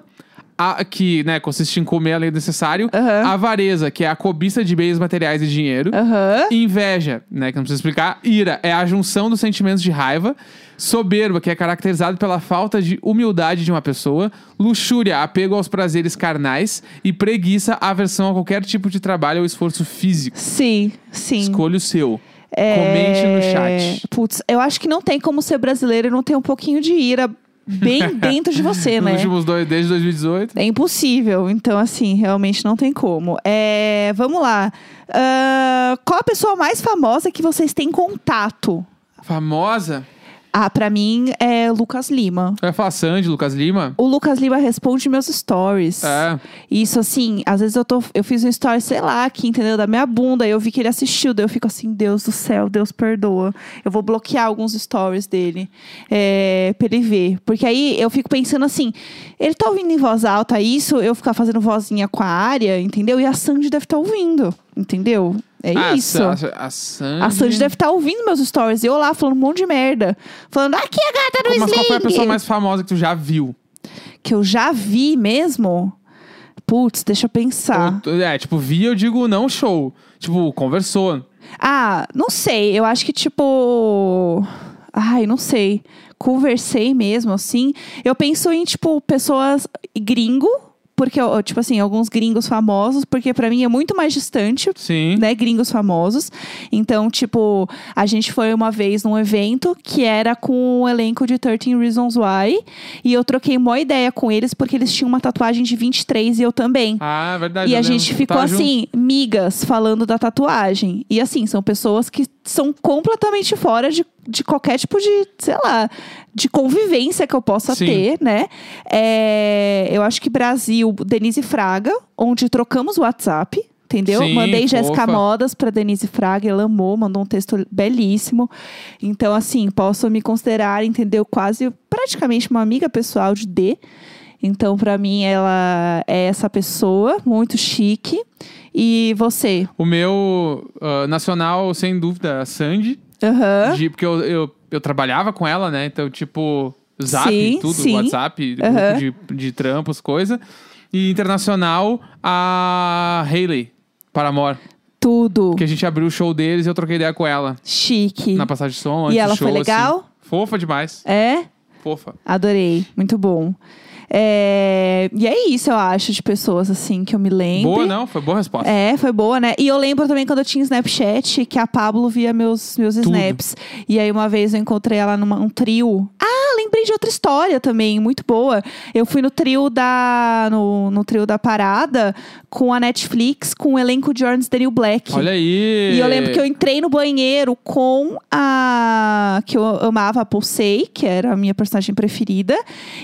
[SPEAKER 2] a- que né, consiste em comer além do necessário.
[SPEAKER 1] Aham.
[SPEAKER 2] Avareza, que é a cobiça de bens materiais e dinheiro.
[SPEAKER 1] Aham.
[SPEAKER 2] Inveja, né, que não precisa explicar. Ira é a junção dos sentimentos de raiva. Soberba, que é caracterizado pela falta de humildade de uma pessoa. Luxúria, apego aos prazeres carnais. E preguiça, aversão a qualquer tipo de trabalho ou esforço físico.
[SPEAKER 1] Sim, sim.
[SPEAKER 2] Escolha o seu.
[SPEAKER 1] É,
[SPEAKER 2] Comente no chat.
[SPEAKER 1] Putz, eu acho que não tem como ser brasileiro e não ter um pouquinho de ira bem dentro de você,
[SPEAKER 2] Nos
[SPEAKER 1] né?
[SPEAKER 2] últimos dois, desde 2018.
[SPEAKER 1] É impossível. Então, assim, realmente não tem como. É, vamos lá. Ah, qual a pessoa mais famosa que vocês têm contato?
[SPEAKER 2] Famosa.
[SPEAKER 1] Ah, pra mim é Lucas Lima.
[SPEAKER 2] Eu ia falar Sandy, Lucas Lima.
[SPEAKER 1] O Lucas Lima responde meus stories.
[SPEAKER 2] É.
[SPEAKER 1] Isso, assim, às vezes eu, tô, eu fiz um story, sei lá, aqui, entendeu? Da minha bunda, e eu vi que ele assistiu, daí eu fico assim, Deus do céu, Deus perdoa. Eu vou bloquear alguns stories dele é, pra ele ver. Porque aí eu fico pensando assim, ele tá ouvindo em voz alta isso, eu ficar fazendo vozinha com a área, entendeu? E a Sandy deve estar ouvindo, entendeu? É
[SPEAKER 2] Ah,
[SPEAKER 1] isso.
[SPEAKER 2] A, Sa- Uhum. a Sandy.
[SPEAKER 1] A Sandy deve estar ouvindo meus stories. E eu lá falando um monte de merda. Falando, aqui a gata do
[SPEAKER 2] Mas qual foi a
[SPEAKER 1] Sling!"
[SPEAKER 2] pessoa mais famosa que tu já viu?
[SPEAKER 1] Que eu já vi mesmo. Putz, deixa eu pensar.
[SPEAKER 2] Ou tu- é, tipo, vi, eu digo não show. Tipo, conversou.
[SPEAKER 1] Ah, não sei. Eu acho que, tipo. Ai, não sei. Conversei mesmo, assim. Eu penso em, tipo, pessoas gringo. Porque, eu- tipo assim, alguns gringos famosos. Porque pra mim é muito mais distante
[SPEAKER 2] Sim.
[SPEAKER 1] né, gringos famosos. Então, tipo, a gente foi uma vez num evento que era com o elenco de 13 Reasons Why. E eu troquei uma ideia com eles porque eles tinham uma tatuagem de 23 e eu também.
[SPEAKER 2] Ah, verdade.
[SPEAKER 1] E
[SPEAKER 2] eu
[SPEAKER 1] a
[SPEAKER 2] lembro.
[SPEAKER 1] gente
[SPEAKER 2] Tu
[SPEAKER 1] ficou
[SPEAKER 2] tava junto.
[SPEAKER 1] assim, migas, falando da tatuagem. E assim, são pessoas que são completamente fora de, de qualquer tipo de, sei lá, de convivência que eu possa
[SPEAKER 2] Sim.
[SPEAKER 1] ter, né? É, eu acho que Brasil, Denise Fraga, onde trocamos WhatsApp. Entendeu?
[SPEAKER 2] Sim,
[SPEAKER 1] Mandei Jéssica
[SPEAKER 2] fofa.
[SPEAKER 1] Modas pra Denise Fraga, ela amou, mandou um texto belíssimo. Então, assim, posso me considerar, entendeu? Quase praticamente uma amiga pessoal de D. Então, pra mim, ela é essa pessoa, muito chique. E você?
[SPEAKER 2] O meu ah, nacional, sem dúvida, a Sandy.
[SPEAKER 1] Aham.
[SPEAKER 2] De- porque eu, eu, eu trabalhava com ela, né? Então, tipo, zap,
[SPEAKER 1] Sim,
[SPEAKER 2] tudo,
[SPEAKER 1] sim.
[SPEAKER 2] WhatsApp,
[SPEAKER 1] Aham.
[SPEAKER 2] grupo de, de trampos, coisa. E internacional, a Hayley, Paramore.
[SPEAKER 1] Tudo.
[SPEAKER 2] Que a gente abriu o show deles e eu troquei ideia com ela.
[SPEAKER 1] Chique.
[SPEAKER 2] Na passagem de som, antes
[SPEAKER 1] E
[SPEAKER 2] do
[SPEAKER 1] ela
[SPEAKER 2] show,
[SPEAKER 1] foi legal?
[SPEAKER 2] assim. Fofa demais.
[SPEAKER 1] É?
[SPEAKER 2] Fofa.
[SPEAKER 1] Adorei. Muito bom. É, E é isso, eu acho, de pessoas assim que eu me lembro.
[SPEAKER 2] Boa, não? Foi boa resposta.
[SPEAKER 1] É, foi boa, né? E eu lembro também quando eu tinha Snapchat, que a Pablo via meus, meus
[SPEAKER 2] Tudo.
[SPEAKER 1] snaps. E aí uma vez eu encontrei ela num um trio. Ah, lembrei de outra história também, muito boa. Eu fui no trio da. no, no trio da parada com a Netflix, com o elenco de Orange is the New Black.
[SPEAKER 2] Olha aí.
[SPEAKER 1] É. E eu lembro que eu entrei no banheiro com a. que eu amava, a Pulsei, que era a minha personagem preferida.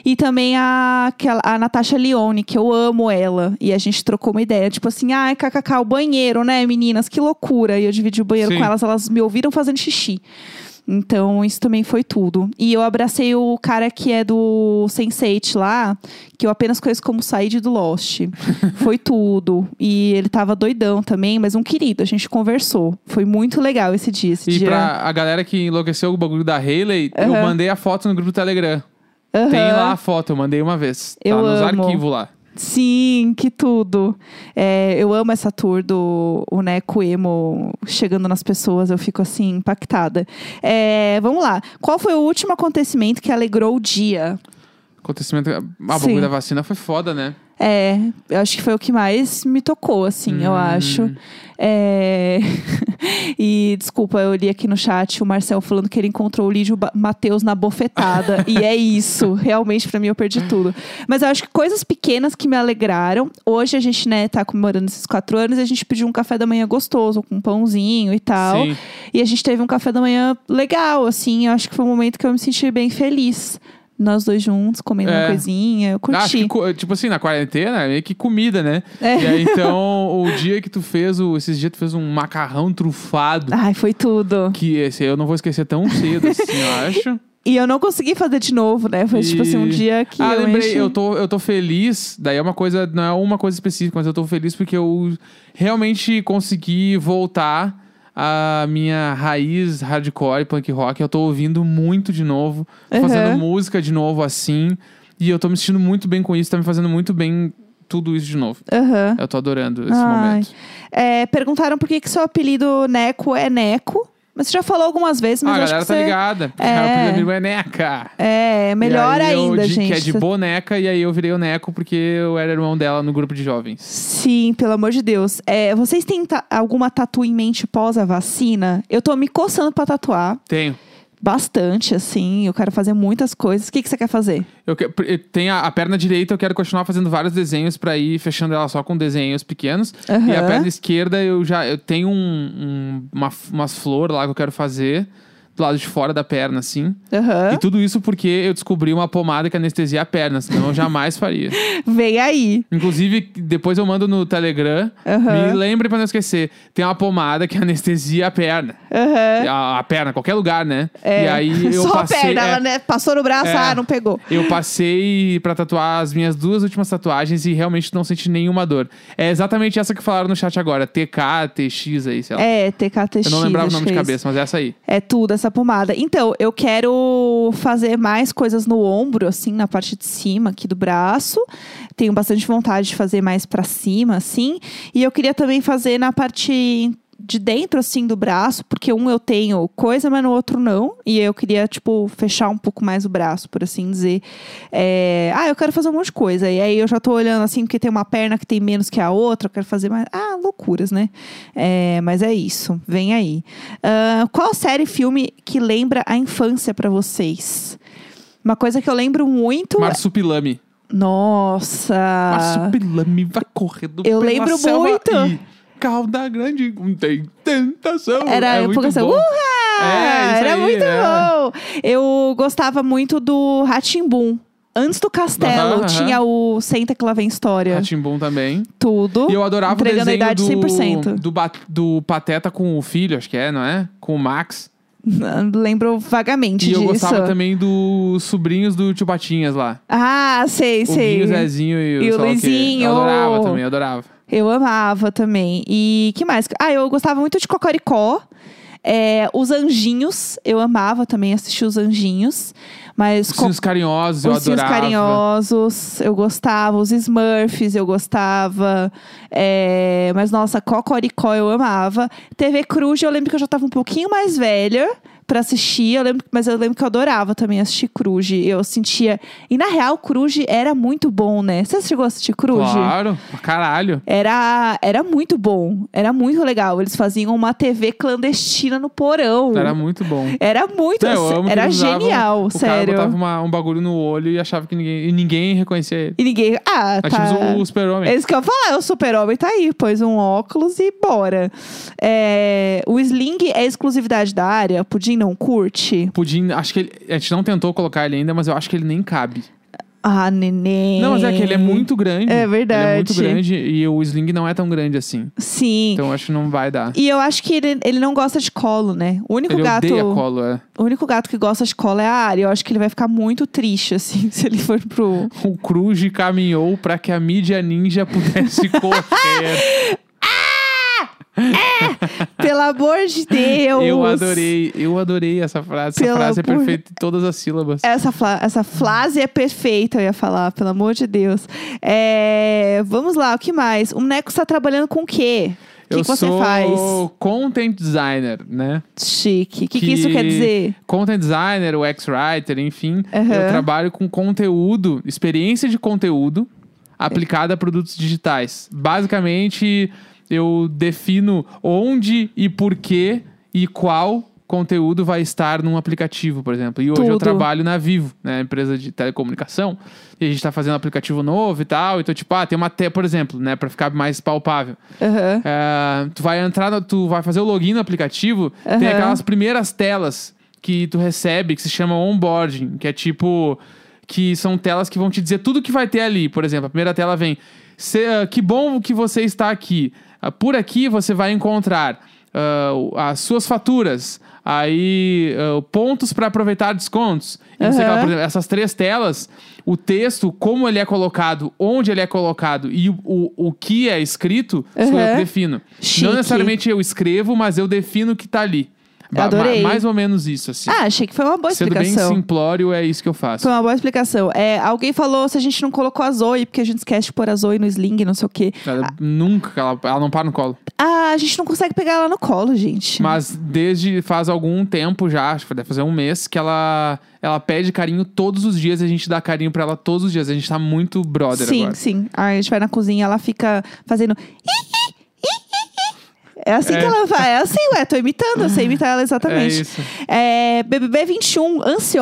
[SPEAKER 1] E também a, aquela- a Natasha Leone, que eu amo ela. E a gente trocou uma ideia, tipo assim, ai, kkk, o banheiro, né, meninas? Que loucura. E eu dividi o banheiro
[SPEAKER 2] Sim.
[SPEAKER 1] com elas, elas me ouviram fazendo xixi. Então, isso também foi tudo. E eu abracei o cara que é do Sense8 lá, que eu apenas conheço como Said do Lost. foi tudo. E ele tava doidão também, mas um querido. A gente conversou. Foi muito legal esse dia. Esse
[SPEAKER 2] E
[SPEAKER 1] dia.
[SPEAKER 2] pra a galera que enlouqueceu o bagulho da Hayley, eu
[SPEAKER 1] Aham.
[SPEAKER 2] mandei a foto no grupo do Telegram.
[SPEAKER 1] Aham.
[SPEAKER 2] Tem lá a foto, eu mandei uma vez.
[SPEAKER 1] Eu
[SPEAKER 2] tá nos
[SPEAKER 1] amo.
[SPEAKER 2] arquivos lá.
[SPEAKER 1] Sim, que tudo. É, eu amo essa tour do o Neco Emo chegando nas pessoas, eu fico assim, impactada. É, vamos lá. Qual foi o último acontecimento que alegrou o dia?
[SPEAKER 2] Acontecimento. ah, A
[SPEAKER 1] Sim.
[SPEAKER 2] bagulho da vacina foi foda, né?
[SPEAKER 1] É, eu acho que foi o que mais me tocou, assim, eu
[SPEAKER 2] Hum.
[SPEAKER 1] acho. É, e desculpa, eu li aqui no chat o Marcel falando que ele encontrou o Lídio Ba- Mateus na bofetada. e é isso, realmente pra mim eu perdi tudo. Mas eu acho que coisas pequenas que me alegraram. Hoje a gente, né, tá comemorando esses quatro anos e a gente pediu um café da manhã gostoso, com um pãozinho e tal.
[SPEAKER 2] Sim. Ah,
[SPEAKER 1] E a gente teve um café da manhã legal, assim. Eu acho que foi um momento que eu me senti bem feliz. Nós dois juntos, comendo uma
[SPEAKER 2] É.
[SPEAKER 1] coisinha, eu curti.
[SPEAKER 2] Acho que, co- tipo assim, na quarentena, é meio que comida, né?
[SPEAKER 1] É.
[SPEAKER 2] E aí, então, o dia que tu fez, o, esses dias tu fez um macarrão trufado.
[SPEAKER 1] Ai, foi tudo.
[SPEAKER 2] Que esse eu não vou esquecer tão cedo, assim, eu acho.
[SPEAKER 1] E eu não consegui fazer de novo, né? Foi tipo assim, um
[SPEAKER 2] E-
[SPEAKER 1] dia que.
[SPEAKER 2] Ah,
[SPEAKER 1] eu
[SPEAKER 2] lembrei,
[SPEAKER 1] enchi-
[SPEAKER 2] eu tô, eu tô feliz. Daí é uma coisa, não é uma coisa específica, mas eu tô feliz porque eu realmente consegui voltar à minha raiz hardcore punk rock. Eu tô ouvindo muito de novo, tô
[SPEAKER 1] Aham.
[SPEAKER 2] fazendo música de novo assim. E eu tô me sentindo muito bem com isso, tá me fazendo muito bem tudo isso de novo.
[SPEAKER 1] Aham.
[SPEAKER 2] Eu tô adorando esse
[SPEAKER 1] Ai.
[SPEAKER 2] momento.
[SPEAKER 1] É, perguntaram por que, que seu apelido Neco é Neco. Mas você já falou algumas vezes, mas
[SPEAKER 2] ah, a
[SPEAKER 1] eu acho
[SPEAKER 2] galera
[SPEAKER 1] que
[SPEAKER 2] tá
[SPEAKER 1] você...
[SPEAKER 2] ligada. Porque
[SPEAKER 1] É.
[SPEAKER 2] Cara, o primeiro amigo é Neca.
[SPEAKER 1] É, melhor
[SPEAKER 2] E aí eu
[SPEAKER 1] ainda,
[SPEAKER 2] di-
[SPEAKER 1] gente.
[SPEAKER 2] Que é de boneca, e aí eu virei o Neco porque eu era irmão dela no grupo de jovens.
[SPEAKER 1] Sim, pelo amor de Deus. É, vocês têm ta- alguma tatu em mente pós a vacina? Eu tô me coçando pra tatuar.
[SPEAKER 2] Tenho.
[SPEAKER 1] Bastante, assim. Eu quero fazer muitas coisas. O que, que você quer fazer?
[SPEAKER 2] Eu, que- eu tenho a, a perna direita, eu quero continuar fazendo vários desenhos pra ir fechando ela só com desenhos pequenos.
[SPEAKER 1] Aham.
[SPEAKER 2] E a perna esquerda, eu já eu tenho um, um- uma, f- umas flores lá que eu quero fazer do lado de fora da perna, assim.
[SPEAKER 1] Aham.
[SPEAKER 2] E tudo isso porque eu descobri uma pomada que anestesia a perna, senão eu jamais faria.
[SPEAKER 1] Vem aí.
[SPEAKER 2] Inclusive, depois eu mando no Telegram.
[SPEAKER 1] Aham.
[SPEAKER 2] Me lembre pra não esquecer. Tem uma pomada que anestesia a perna.
[SPEAKER 1] Aham.
[SPEAKER 2] A, a perna, qualquer lugar, né?
[SPEAKER 1] É.
[SPEAKER 2] E aí eu
[SPEAKER 1] Só
[SPEAKER 2] passei.
[SPEAKER 1] a perna,
[SPEAKER 2] é,
[SPEAKER 1] ela né, passou no braço,
[SPEAKER 2] É.
[SPEAKER 1] ah, não pegou.
[SPEAKER 2] Eu passei pra tatuar as minhas duas últimas tatuagens e realmente não senti nenhuma dor. É exatamente essa que falaram no chat agora. TK, TX aí, sei lá.
[SPEAKER 1] É, TKTX.
[SPEAKER 2] Então, eu não lembrava o
[SPEAKER 1] acho
[SPEAKER 2] nome
[SPEAKER 1] que
[SPEAKER 2] de
[SPEAKER 1] é isso.
[SPEAKER 2] cabeça, mas é essa aí.
[SPEAKER 1] É tudo, essa pomada. Então, eu quero fazer mais coisas no ombro, assim, na parte de cima aqui do braço. Tenho bastante vontade de fazer mais pra cima, assim. E eu queria também fazer na parte de dentro, assim, do braço, porque um eu tenho coisa, mas no outro não. E eu queria, tipo, fechar um pouco mais o braço, por assim dizer. É, Ah, eu quero fazer um monte de coisa. E aí eu já tô olhando, assim, porque tem uma perna que tem menos que a outra, eu quero fazer mais. Ah, loucuras, né? É, mas é isso. Vem aí. Ah, qual série e filme que lembra a infância pra vocês? Uma coisa que eu lembro muito.
[SPEAKER 2] Marsupilame.
[SPEAKER 1] Nossa!
[SPEAKER 2] é Marsupilame vai correndo
[SPEAKER 1] Ah. Eu
[SPEAKER 2] pela
[SPEAKER 1] lembro
[SPEAKER 2] selva
[SPEAKER 1] muito.
[SPEAKER 2] E calda grande não tem tentação.
[SPEAKER 1] Era a
[SPEAKER 2] é muito
[SPEAKER 1] época assim,
[SPEAKER 2] bom.
[SPEAKER 1] "Uhá!"
[SPEAKER 2] É, isso
[SPEAKER 1] Ah, era
[SPEAKER 2] aí,
[SPEAKER 1] muito
[SPEAKER 2] é.
[SPEAKER 1] bom! Eu gostava muito do Ratimbum. Antes do castelo,
[SPEAKER 2] Aham, aham.
[SPEAKER 1] tinha o Senta que lá vem história.
[SPEAKER 2] Ratimbum também.
[SPEAKER 1] Tudo.
[SPEAKER 2] E eu adorava o
[SPEAKER 1] Uh, Entregando
[SPEAKER 2] desenho
[SPEAKER 1] a idade
[SPEAKER 2] do,
[SPEAKER 1] 100%.
[SPEAKER 2] Do, Bat- do Pateta com o filho, acho que é, não é? Com o Max.
[SPEAKER 1] Lembro vagamente
[SPEAKER 2] E
[SPEAKER 1] disso.
[SPEAKER 2] eu gostava também dos sobrinhos do Tio Patinhas lá.
[SPEAKER 1] Ah, sei,
[SPEAKER 2] O né?
[SPEAKER 1] sei.
[SPEAKER 2] Guinho, o Zezinho e o,
[SPEAKER 1] E o
[SPEAKER 2] sei lá quê.
[SPEAKER 1] Luizinho.
[SPEAKER 2] Eu adorava também, eu adorava.
[SPEAKER 1] Eu amava também. E que mais? Ah, eu gostava muito de Cocoricó. É, os Anjinhos, eu amava também assistir os Anjinhos. Mas
[SPEAKER 2] Os
[SPEAKER 1] co-
[SPEAKER 2] Sinos Carinhosos, eu
[SPEAKER 1] os Sinos
[SPEAKER 2] adorava.
[SPEAKER 1] Carinhosos, eu gostava. Os Smurfs, eu gostava. É, mas nossa, Cocoricó eu amava. TV Cruz, eu lembro que eu já tava um pouquinho mais velha pra assistir. Eu lembro, mas eu lembro que eu adorava também assistir Cruz. Eu sentia. E na real, Cruz era muito bom, né? Você chegou a assistir Cruz?
[SPEAKER 2] Claro, pra caralho.
[SPEAKER 1] Era, era muito bom, era muito legal. Eles faziam uma TV clandestina no porão.
[SPEAKER 2] Era muito bom.
[SPEAKER 1] Era muito,
[SPEAKER 2] Não, eu amo que
[SPEAKER 1] Então, era
[SPEAKER 2] eles usavam-
[SPEAKER 1] genial,
[SPEAKER 2] o
[SPEAKER 1] sério.
[SPEAKER 2] cara botava uma- um bagulho no olho e achava que ninguém, e ninguém reconhecia ele.
[SPEAKER 1] E ninguém. Ah, tá.
[SPEAKER 2] Nós tínhamos o
[SPEAKER 1] É
[SPEAKER 2] Super-Homem.
[SPEAKER 1] isso que eu ia falar, o super-homem tá aí, pôs um óculos e bora. É, o Sling é exclusividade da área, Pudim não curte?
[SPEAKER 2] Pudim, acho que ele, a gente não tentou colocar ele ainda, mas eu acho que ele nem cabe.
[SPEAKER 1] Ah, neném.
[SPEAKER 2] Não, mas é que ele é muito grande.
[SPEAKER 1] É
[SPEAKER 2] Ele é
[SPEAKER 1] verdade.
[SPEAKER 2] muito grande e o Sling não é tão grande assim.
[SPEAKER 1] Sim.
[SPEAKER 2] Então eu acho que não vai dar.
[SPEAKER 1] E eu acho que ele, ele não gosta de colo, né? O único
[SPEAKER 2] Ele
[SPEAKER 1] gato.
[SPEAKER 2] odeia colo, é.
[SPEAKER 1] O único gato que gosta de cola é a área. Eu acho que ele vai ficar muito triste, assim, se ele for pro.
[SPEAKER 2] O Cruz caminhou pra que a mídia ninja pudesse correr.
[SPEAKER 1] Pelo amor de Deus!
[SPEAKER 2] eu adorei, eu adorei essa frase. Essa
[SPEAKER 1] Pelo
[SPEAKER 2] frase é
[SPEAKER 1] amor- É,
[SPEAKER 2] perfeita em todas as sílabas.
[SPEAKER 1] Essa, fla- essa frase é perfeita, eu ia falar, pelo amor de Deus. É, vamos lá, o que mais? O Neco está trabalhando com o quê? O que,
[SPEAKER 2] eu
[SPEAKER 1] que você
[SPEAKER 2] sou
[SPEAKER 1] faz?
[SPEAKER 2] content designer, né?
[SPEAKER 1] Chique. O que, que
[SPEAKER 2] Que-
[SPEAKER 1] isso quer dizer?
[SPEAKER 2] Content designer, UX writer, enfim.
[SPEAKER 1] Aham.
[SPEAKER 2] Eu trabalho com conteúdo, experiência de conteúdo aplicada a produtos digitais. Basicamente, eu defino onde e por que e qual conteúdo vai estar num aplicativo, por exemplo. E hoje eu
[SPEAKER 1] Tudo.
[SPEAKER 2] trabalho na Vivo, né, empresa de telecomunicação, e a gente tá fazendo um aplicativo novo e tal, então tipo, ah, tem uma te, por exemplo, né, para ficar mais palpável.
[SPEAKER 1] Aham.
[SPEAKER 2] É, tu vai entrar, no- tu vai fazer o login no aplicativo, tem
[SPEAKER 1] Aham.
[SPEAKER 2] aquelas primeiras telas que tu recebe, que se chama onboarding, que é tipo. Que são telas que vão te dizer tudo que vai ter ali. Por exemplo, a primeira tela vem. "Se- ah, que bom que você está aqui. Ah, por aqui você vai encontrar ah, o- as suas faturas. Aí, ah, pontos para aproveitar descontos. E não sei o que lá,
[SPEAKER 1] Aham.
[SPEAKER 2] por exemplo, essas três telas, o texto, como ele é colocado, onde ele é colocado e o, o, o que é escrito, sou eu
[SPEAKER 1] Aham.
[SPEAKER 2] que defino.
[SPEAKER 1] Chique.
[SPEAKER 2] Não necessariamente eu escrevo, mas eu defino o que tá ali.
[SPEAKER 1] Eu adorei.
[SPEAKER 2] mais ou menos isso, assim.
[SPEAKER 1] Ah, achei que foi uma boa
[SPEAKER 2] Sendo bem
[SPEAKER 1] explicação.
[SPEAKER 2] simplório, é isso que eu faço.
[SPEAKER 1] Foi uma boa explicação. É, alguém falou se a gente não colocou a Zoe, porque a gente esquece de pôr a Zoe no sling, não sei o quê.
[SPEAKER 2] Ela- Nunca, ela, ela não para no colo.
[SPEAKER 1] Ah, a gente não consegue pegar ela no colo, gente.
[SPEAKER 2] Mas desde faz algum tempo já, acho que deve fazer um mês, que ela, ela pede carinho todos os dias e a gente dá carinho pra ela todos os dias. A gente tá muito brother
[SPEAKER 1] sim,
[SPEAKER 2] agora.
[SPEAKER 1] sim. Aí a gente vai na cozinha, ela fica fazendo. "Ih, ih, ih, ih". É assim
[SPEAKER 2] É.
[SPEAKER 1] que ela vai. É assim, ué, tô imitando, eu sei imitar ela
[SPEAKER 2] É
[SPEAKER 1] exatamente.
[SPEAKER 2] isso.
[SPEAKER 1] É, BBB 21,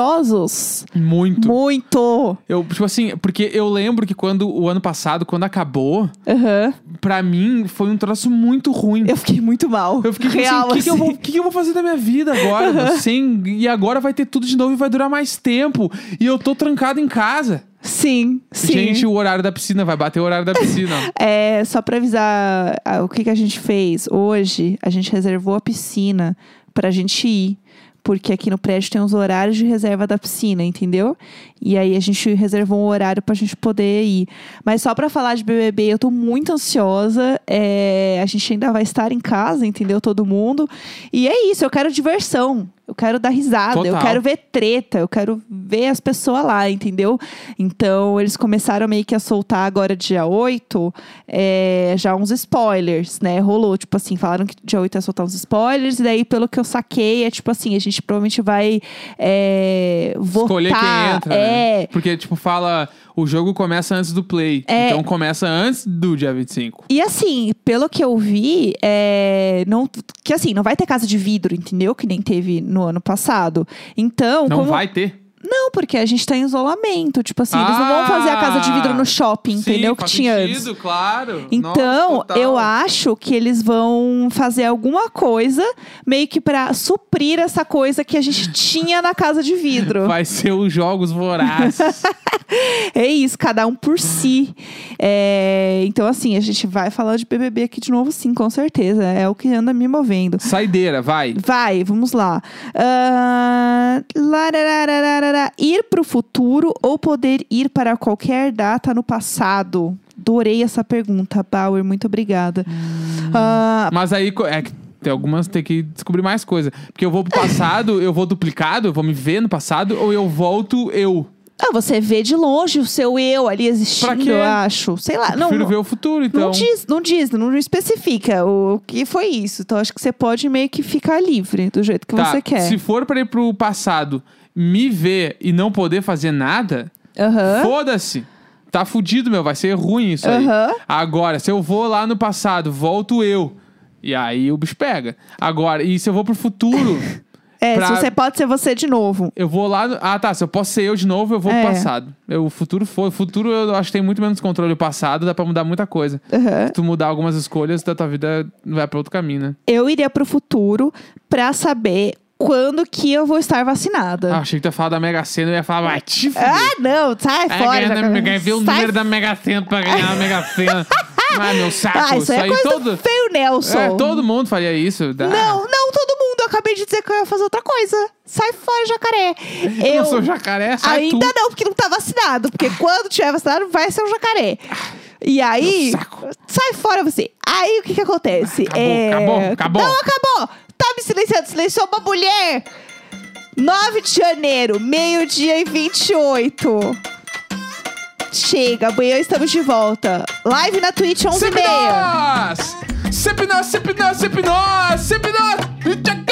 [SPEAKER 1] ansiosos.
[SPEAKER 2] Muito.
[SPEAKER 1] Muito.
[SPEAKER 2] Eu, tipo assim, porque eu lembro que quando o ano passado, quando acabou,
[SPEAKER 1] Aham.
[SPEAKER 2] pra mim foi um troço muito ruim.
[SPEAKER 1] Eu fiquei muito mal.
[SPEAKER 2] Eu fiquei tipo
[SPEAKER 1] real.
[SPEAKER 2] assim, o que, que eu
[SPEAKER 1] assim.
[SPEAKER 2] vou- o que, que eu vou fazer da minha vida agora? meu? Sem, e agora vai ter tudo de novo e vai durar mais tempo. E eu tô trancado em casa.
[SPEAKER 1] Sim, sim.
[SPEAKER 2] Gente, o horário da piscina, vai bater o horário da piscina.
[SPEAKER 1] É, só pra avisar ah, o que, que a gente fez. Hoje, a gente reservou a piscina pra gente ir. Porque aqui no prédio tem os horários de reserva da piscina, entendeu? E aí a gente reservou um horário pra gente poder ir. Mas só pra falar de BBB, eu tô muito ansiosa. É, a gente ainda vai estar em casa, entendeu? Todo mundo. E é isso, eu quero diversão. Eu quero dar risada, eu
[SPEAKER 2] Total.
[SPEAKER 1] quero ver treta, eu quero ver as pessoas lá, entendeu? Então, eles começaram meio que a soltar agora, dia 8, é, já uns spoilers, né? Rolou, tipo assim, falaram que dia 8 ia soltar uns spoilers, e daí, pelo que eu saquei, é tipo assim, a gente provavelmente vai é, votar.
[SPEAKER 2] Escolher quem entra,
[SPEAKER 1] é,
[SPEAKER 2] né? Porque, tipo, fala... O jogo começa antes do play.
[SPEAKER 1] É.
[SPEAKER 2] Então começa antes do dia 25.
[SPEAKER 1] E assim, pelo que eu vi, é, não, que assim, não vai ter casa de vidro, entendeu? Que nem teve no ano passado. Então,
[SPEAKER 2] Não
[SPEAKER 1] como
[SPEAKER 2] vai ter.
[SPEAKER 1] Não, porque a gente tá em isolamento. Tipo assim, eles não
[SPEAKER 2] Ah!
[SPEAKER 1] vão fazer a casa de vidro no shopping,
[SPEAKER 2] Sim,
[SPEAKER 1] entendeu? Que
[SPEAKER 2] faz
[SPEAKER 1] tinha antes.
[SPEAKER 2] sentido, claro.
[SPEAKER 1] Então,
[SPEAKER 2] Nossa, total.
[SPEAKER 1] eu acho que eles vão fazer alguma coisa meio que pra suprir essa coisa que a gente tinha na casa de vidro.
[SPEAKER 2] Vai ser os jogos vorazes.
[SPEAKER 1] É isso, cada um por si. É, então, assim, a gente vai falar de BBB aqui de novo, sim, com certeza. É o que anda me movendo.
[SPEAKER 2] Saideira, vai.
[SPEAKER 1] Vai, vamos lá. Ah, lararararara. ir para o futuro ou poder ir para qualquer data no passado? Adorei essa pergunta, Bauer. Muito obrigada.
[SPEAKER 2] Hum.
[SPEAKER 1] Ah,
[SPEAKER 2] Mas aí co- é que tem algumas tem que descobrir mais coisa. Porque eu vou pro passado, eu vou duplicado, eu vou me ver no passado, ou eu volto eu.
[SPEAKER 1] ah, você vê de longe o seu eu ali
[SPEAKER 2] Pra
[SPEAKER 1] existindo,
[SPEAKER 2] quê?
[SPEAKER 1] eu acho. Sei lá. Não,
[SPEAKER 2] Prefiro
[SPEAKER 1] não,
[SPEAKER 2] ver o futuro, então.
[SPEAKER 1] não diz, não diz, não especifica o que foi isso. Então acho que você pode meio que ficar livre do jeito que
[SPEAKER 2] Tá,
[SPEAKER 1] você quer.
[SPEAKER 2] Se for pra ir pro passado, me ver e não poder fazer nada,
[SPEAKER 1] Aham.
[SPEAKER 2] foda-se. Tá fudido, meu. Vai ser ruim isso aí.
[SPEAKER 1] Aham.
[SPEAKER 2] Agora, se eu vou lá no passado, volto eu. E aí o bicho pega. Agora, e se eu vou pro futuro,
[SPEAKER 1] É,
[SPEAKER 2] pra-
[SPEAKER 1] se você pode ser você de novo.
[SPEAKER 2] eu vou lá. no- Ah, tá. Se eu posso ser eu de novo, eu vou
[SPEAKER 1] É.
[SPEAKER 2] pro passado. Eu, o futuro foi. O futuro eu acho que tem muito menos controle. O passado dá pra mudar muita coisa.
[SPEAKER 1] Aham.
[SPEAKER 2] Se tu mudar algumas escolhas, da tua vida vai pra outro caminho, né?
[SPEAKER 1] eu iria pro futuro pra saber quando que eu vou estar vacinada.
[SPEAKER 2] Ah,
[SPEAKER 1] Ah,
[SPEAKER 2] achei que tu ia falar da Mega Sena, eu ia falar, vai te fuder.
[SPEAKER 1] não, sai
[SPEAKER 2] É,
[SPEAKER 1] fora.
[SPEAKER 2] ganhar
[SPEAKER 1] da
[SPEAKER 2] na
[SPEAKER 1] minha
[SPEAKER 2] Mega-
[SPEAKER 1] cabeça.
[SPEAKER 2] ver o
[SPEAKER 1] É, Sai
[SPEAKER 2] número da Mega Sena pra ganhar na Mega Sena. ah, meu saco.
[SPEAKER 1] Ah, isso, aí é
[SPEAKER 2] aí
[SPEAKER 1] coisa
[SPEAKER 2] todo.
[SPEAKER 1] do feio Nelson.
[SPEAKER 2] É, todo mundo faria isso. dá.
[SPEAKER 1] Não, não, todo mundo. Eu acabei de dizer que eu ia fazer outra coisa. Sai fora, jacaré.
[SPEAKER 2] Eu,
[SPEAKER 1] Eu,
[SPEAKER 2] sou jacaré, sai
[SPEAKER 1] ainda
[SPEAKER 2] tu.
[SPEAKER 1] não, porque não tá vacinado. Porque
[SPEAKER 2] Ah.
[SPEAKER 1] quando tiver vacinado, vai ser um jacaré. E aí,
[SPEAKER 2] meu saco.
[SPEAKER 1] sai fora você. Aí o que que acontece?
[SPEAKER 2] Acabou,
[SPEAKER 1] É,
[SPEAKER 2] acabou, acabou.
[SPEAKER 1] Não, acabou. Tá me silenciando, silenciou uma mulher. 9 de janeiro, meio-dia e 28. Chega, amanhã estamos de volta. Live na Twitch 11h30.
[SPEAKER 2] Sempre nós! Sempre nós, sempre nós, sempre nós, sempre nós!